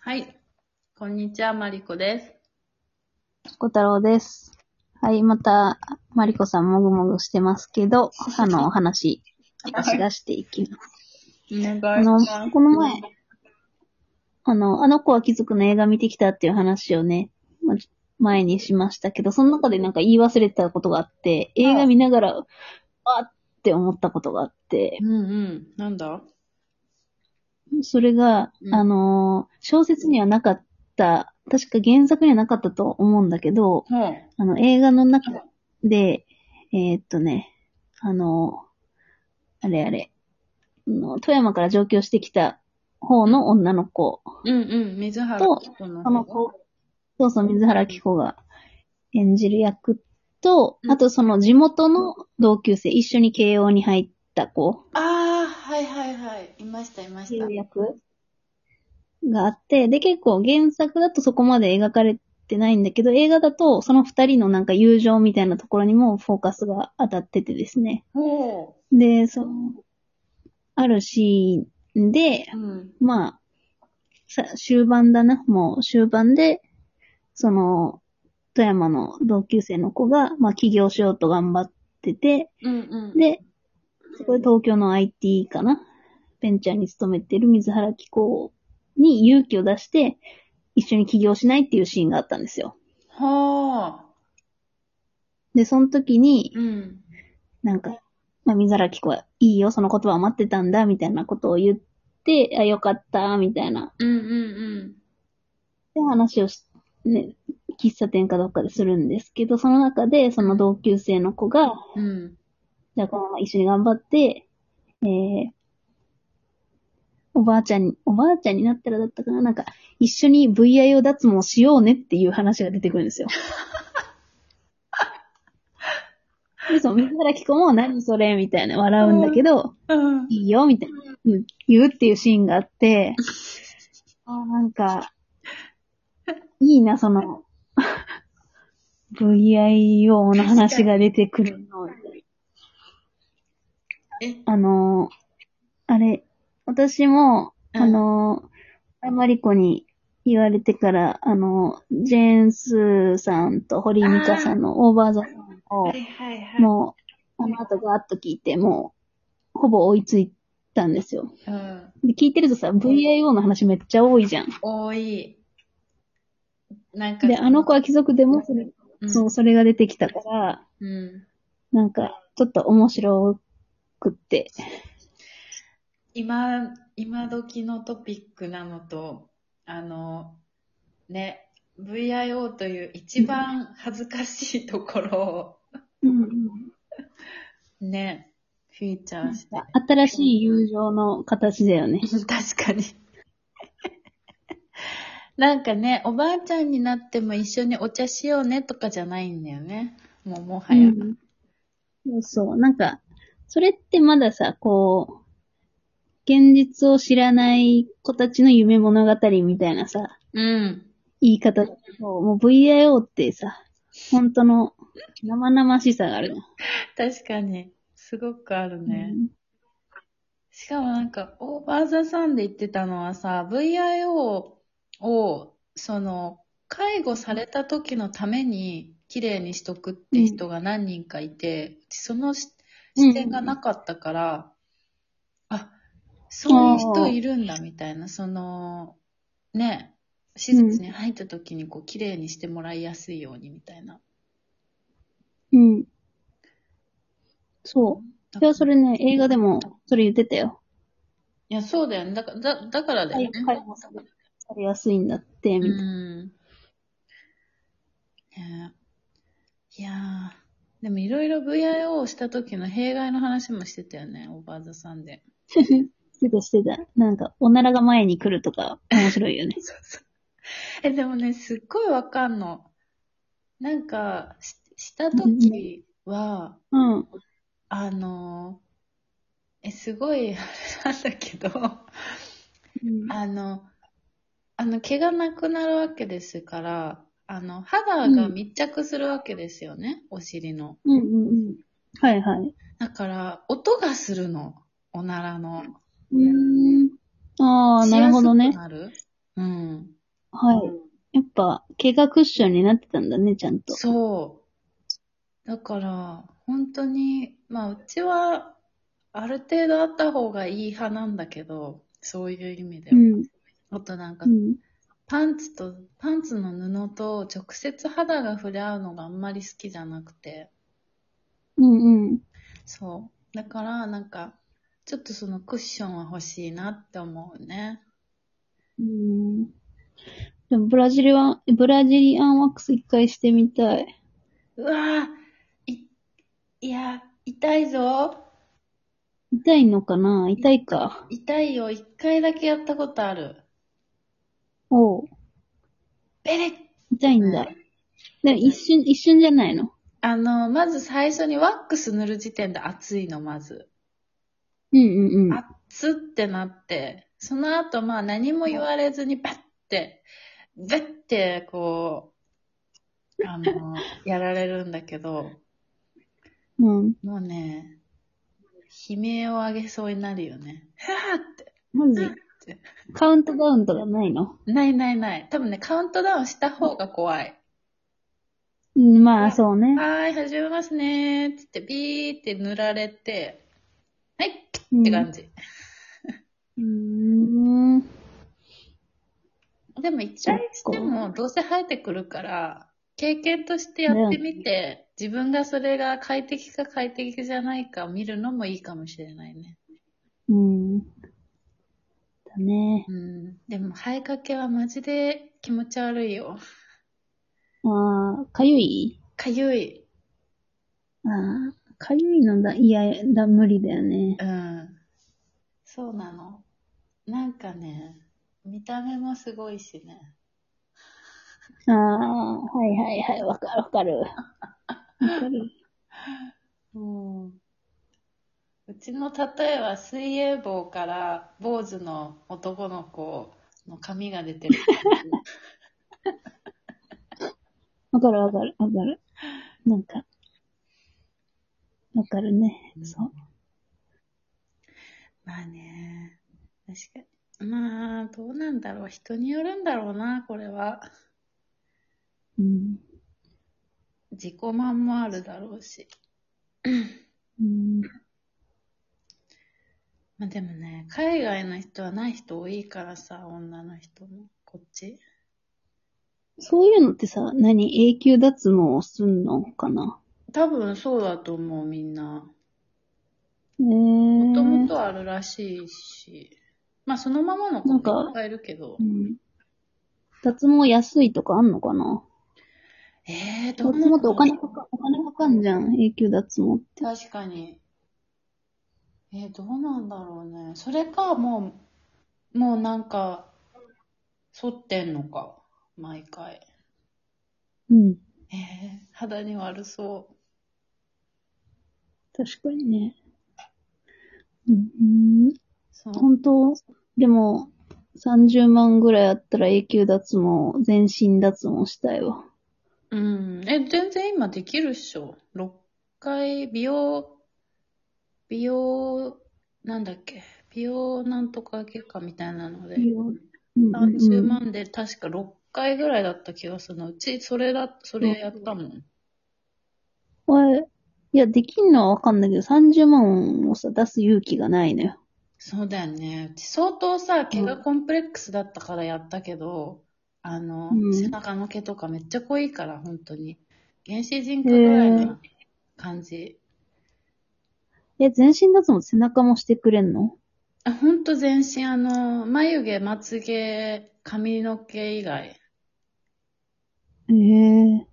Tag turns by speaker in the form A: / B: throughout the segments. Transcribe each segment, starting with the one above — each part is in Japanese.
A: はい。こんにちは、マリコです。
B: 小太郎です。はい、また、マリコさんもぐもぐしてますけど、あの、お話、私がしていきます。
A: お願いし
B: あの、この前、あの、あの子は貴族の映画見てきたっていう話をね、ま前にしましたけど、その中でなんか言い忘れてたことがあって、映画見ながら、わーって思ったことがあって、
A: うんうん。なんだ
B: それが、
A: うん
B: あの、小説にはなかった、確か原作にはなかったと思うんだけど、
A: ほう。
B: あの、映画の中で、えーっとね、あの、あれあれ、あの富山から上京してきた方の女の子、
A: うんうん。水原
B: と
A: 希子の
B: あの子、そうそう、水原希子が演じる役と
A: う、ん
B: あとその地元の同級生、一緒に慶応に入った子
A: ああ、はいはいはい。いました、いま
B: って
A: し
B: い
A: た。
B: う役があって、で、結構原作だとそこまで描かれてないんだけど、映画だとその二人のなんか友情みたいなところにもフォーカスが当たっててですね。
A: ほ
B: で、その、あるシーンで、
A: う。うん。
B: まあ、さ、終盤だな、もう終盤で、その、富山の同級生の子が、まあ起業しようと頑張ってて、
A: うんうん。
B: で、そこで東京の IT かな、ベンチャーに勤めてる水原希子に勇気を出して、一緒に起業しないっていうシーンがあったんですよ。
A: ほう。
B: で、その時に、
A: うん。
B: なんか、まあ、水原希子は、いいよ、その言葉を待ってたんだ、みたいなことを言って、あ、よかった、みたいな、
A: うんうん
B: で、話をし、ね、喫茶店かどっかでするんですけど、その中で、その同級生の子が、
A: うん。うん。
B: じゃあこのまま一緒に頑張って、えー、おばあちゃんに、おばあちゃんになったらだったかななんか、一緒に VIO 脱毛しようねっていう話が出てくるんですよ。で、その水原希子も何それみたいな笑うんだけど、
A: うん。
B: いいよ、みたいな、うん言うっていうシーンがあって、あーなんか、いいな、その、VIO の話が出てくるの。
A: え、
B: あのー、あれ、私も、
A: うん
B: あのー、マリコに言われてから、あのー、ジェーンスーさんと堀井美香さんのオーバーザさんを
A: は、いはいは
B: もう、あの後ガーッと聞いて、もう、ほぼ追いついたんですよ。
A: い。うん。
B: で、聞いてるとさ、VIO の話めっちゃ多いじゃん。
A: 多い。なんか、
B: で、あの子は貴族でもそれ、
A: うん、
B: そう、それが出てきたから、
A: うん。
B: なんか、ちょっと面白くって。
A: 今、今時のトピックなのと、あの、ね、VIO という一番恥ずかしいところ
B: うん、
A: をね、フィーチャーして。
B: 新しい友情の形だよね。
A: 確かに。なんかね、おばあちゃんになっても一緒にお茶しようねとかじゃないんだよね。もうもはや。
B: うんそうそう。なんか、それってまださ、こう、現実を知らない子たちの夢物語みたいなさ、
A: うん。
B: 言い方だけど、もう VIO ってさ、本当の生々しさがあるの。
A: 確かに。すごくあるね。しかもなんか、オーバーザさんで言ってたのはさ、VIO を、その、介護された時のために、綺麗にしとくって人が何人かいて、そのし
B: う
A: 視
B: ん
A: 点がなかったから、あ、そういう人いるんだみたいな、その、ね、施設に入った時にこう、綺麗にしてもらいやすいようにみたいな。
B: うん。そう。いや、それね、映画でも、それ言ってたよ。
A: いや、そうだよね。だから、だだからだよね。
B: 介護されやすいんだって、みたいな。
A: うん。ねえいやー、でもいろいろ VIO をした時の弊害の話もしてたよね、オーバーザさんで。
B: してた、してた。なんか、おならが前に来るとか、面白いよ ね。
A: え、でもね、すっごいわかんの。なんか、しした時は、
B: うん。
A: あのー、え、すごい、あ れなんだけど、あの、あの、毛がなくなるわけですから、あの、肌が密着するわけですよね、お尻の。
B: うんうんうん。はいはい。
A: だから、音がするの。おならの。
B: うーん。ああ、なるほど
A: し
B: ね。
A: やすくなるうん。
B: はい。やっぱ、毛がクッションになってたんだね、ちゃんと。
A: そう。だから、本当に、まあ、うちは、ある程度あった方がいい派なんだけど、そういう意味で
B: う
A: は。
B: ん。
A: あとなんか
B: う、ん。
A: パンツと、パンツの布と直接肌が触れ合うのがあんまり好きじゃなくて、
B: うんうん。
A: そう。だから、なんか、ちょっとそのクッションは欲しいなって思うね。
B: うん。でも、ブラジルは、ブラジリアンワックス一回してみたい。
A: うわぁ、い、いや、痛いぞ。
B: 痛いのかな痛いか。
A: 痛いよ。一回だけやったことある。
B: おう。
A: ベレッ
B: 痛いんだ。で一瞬、一瞬じゃないの。
A: あの、まず最初にワックス塗る時点で熱いの、まず。
B: うんうんうん。
A: 熱ってなって、その後、まあ何も言われずにバッて、バッて、こう、あ の、やられるんだけど、
B: うん。
A: もうね、悲鳴を上げそうになるよね。はぁって。
B: まず、カウントダウンとかないの。
A: ないないない。多分ね、カウントダウンした方が怖い。
B: うん、まあ、そうね。
A: はーい、始めますねー。つって、ビーって塗られて、はい、
B: う
A: っ
B: ん
A: て感じ。
B: うーん。
A: でも一回してもどうせ生えてくるから、経験としてやってみて、自分がそれが快適か快適じゃないか見るのもいいかもしれないね。
B: うん。だね。
A: うん。でも生えかけはマジで気持ち悪いよ。
B: ああ、かゆい
A: かゆい。
B: ああ、かゆいのだ、いや、だ、無理だよね。
A: うん。そうなの。なんかね、見た目もすごいしね。
B: ああ、はいはいはい、わかるわかる。わかる。
A: うん。うちの例えは水泳帽から坊主の男の子の髪が出てる。
B: わかるわかるわかる。なんか、わかるね。そう。
A: まあね、確かに。まあ、どうなんだろう。人によるんだろうな、これは。
B: うん。
A: 自己満もあるだろうし。
B: うん。
A: まあでもね、海外の人はない人多いからさ、女の人も。こっち。
B: そういうのってさ、何永久脱毛をすんのかな
A: 多分そうだと思う、みんな。
B: ええ
A: もとも
B: ー。
A: とあるらしいし。まあそのままの子も
B: なんか
A: いっぱいいるけど
B: う。ん。脱毛安いとかあんのかな
A: えー、ど
B: 脱
A: うなの
B: 毛ってお金かか、お金かかんじゃん。永久脱毛って。
A: 確かに。えー、どうなんだろうね。それか、もう、もうなんか、剃ってんのか。毎回。
B: うん。
A: えー、肌に悪そ
B: 確かにね。うん。うん
A: う。そう。
B: 本当でも、30万ぐらいあったら永久脱毛、全身脱毛したいわ。
A: うん。え、全然今できるっしょ。6回、美容、美容、なんだっけ。美容なんとか外科みたいなので。
B: うんうんうん
A: 30万で確か6回ぐらいだった気がするの。うち、それだ、それやったもん。
B: これ、いや、できんのはわかんないけど、30万をさ、出す勇気がないのよ。
A: そうだよね。うち相当さ、毛がコンプレックスだったからやったけど、あの、
B: うん
A: 背中の毛とかめっちゃ濃いから、本当に。原始人化ぐらいな感じ。
B: え、全身脱毛背中もしてくれんの
A: あ、ほんと全身、あの、眉毛、まつ毛、髪の毛以外、
B: ええ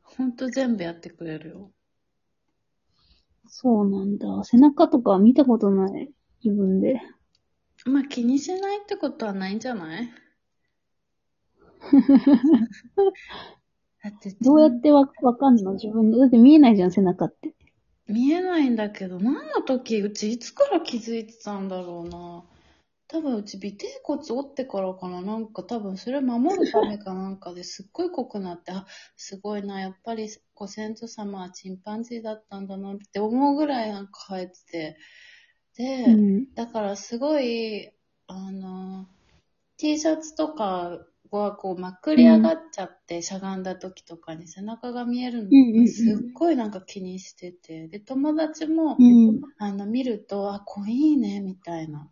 A: ほんと全部やってくれるよ。
B: そうなんだ。背中とかは見たことない。自分で。
A: まあ気にしないってことはないんじゃないだって
B: どうやってわわかんの自分で。だって見えないじゃん、背中って。
A: 見えないんだけど、何の時、うちいつから気づいてたんだろうな。多分うち尾低骨折ってからかな。なんか多分それ守るためかなんかですっごい濃くなって、あ、すごいな。やっぱりご先祖様はチンパンジーだったんだなって思うぐらいなんか生えてて。で、
B: うん。
A: だからすごい、あの、T シャツとかはこうまくり上がっちゃって、しゃがんだ時とかに背中が見える
B: うんうん
A: の
B: うん
A: がすっごいなんか気にしてて、で、友達も、
B: うん。
A: あの、見ると、あ、濃いね、みたいな。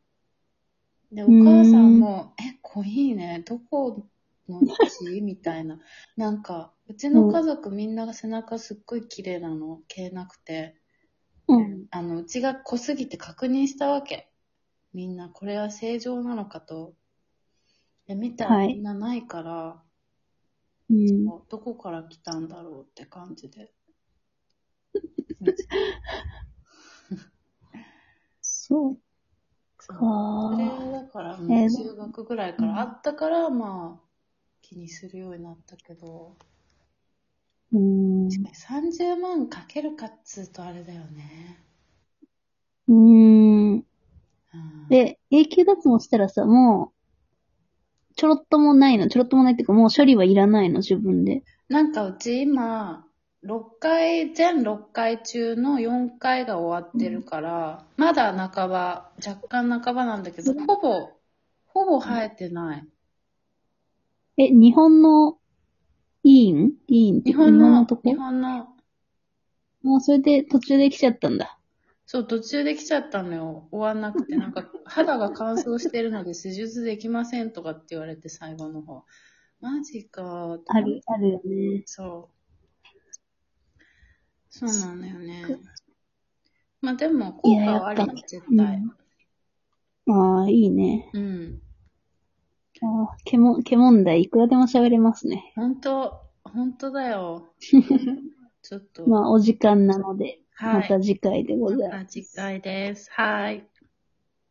A: で、お
B: ん
A: 母さんも、え、濃いね、どこの血 みたいな。なんか、うちの家族みんな背中すっごい綺麗なの、消えなくて。
B: うん。
A: あの、うちが濃すぎて確認したわけ。みんな、これは正常なのかと。で、見たら
B: はい
A: みんなないから、
B: うん。
A: もうどこから来たんだろうって感じで。うん
B: そ
A: そ
B: う
A: うそれ
B: か。
A: はだから、もう
B: えー
A: 中学ぐらいからあったから、まあ、気にするようになったけど、
B: うん。う
A: 30万かけるかっつうとあれだよね。
B: ん。
A: うん、
B: で、永久脱毛したらさ、もう、ちょろっともないの。ちょろっともないっていうか、もう処理はいらないの、自分で。
A: なんかうち今、6回、全6回中の4回が終わってるから、まだ半ば、若干半ばなんだけど、ほぼ、ほぼ生えてない。
B: え、日本の医院医院って
A: 日本の、
B: とこ
A: 日本の、
B: もうそれで途中で来ちゃったんだ。
A: そう、途中で来ちゃったのよ。終わんなくて。なんか、肌が乾燥してるので施術できませんとかって言われて、最後の方。マジか。
B: ある、あるよね。
A: そう。そうなんだよね。まあでも、効果はある
B: いや
A: の、
B: やっぱ
A: 絶対。
B: ああ、いいね。
A: うん。
B: ああ、毛も、毛問題いくらでも喋れますね。
A: 本当本当だよ。 ちょっと、
B: まあ、お時間なので、
A: はい
B: また次回でございます。
A: また次回です。はい。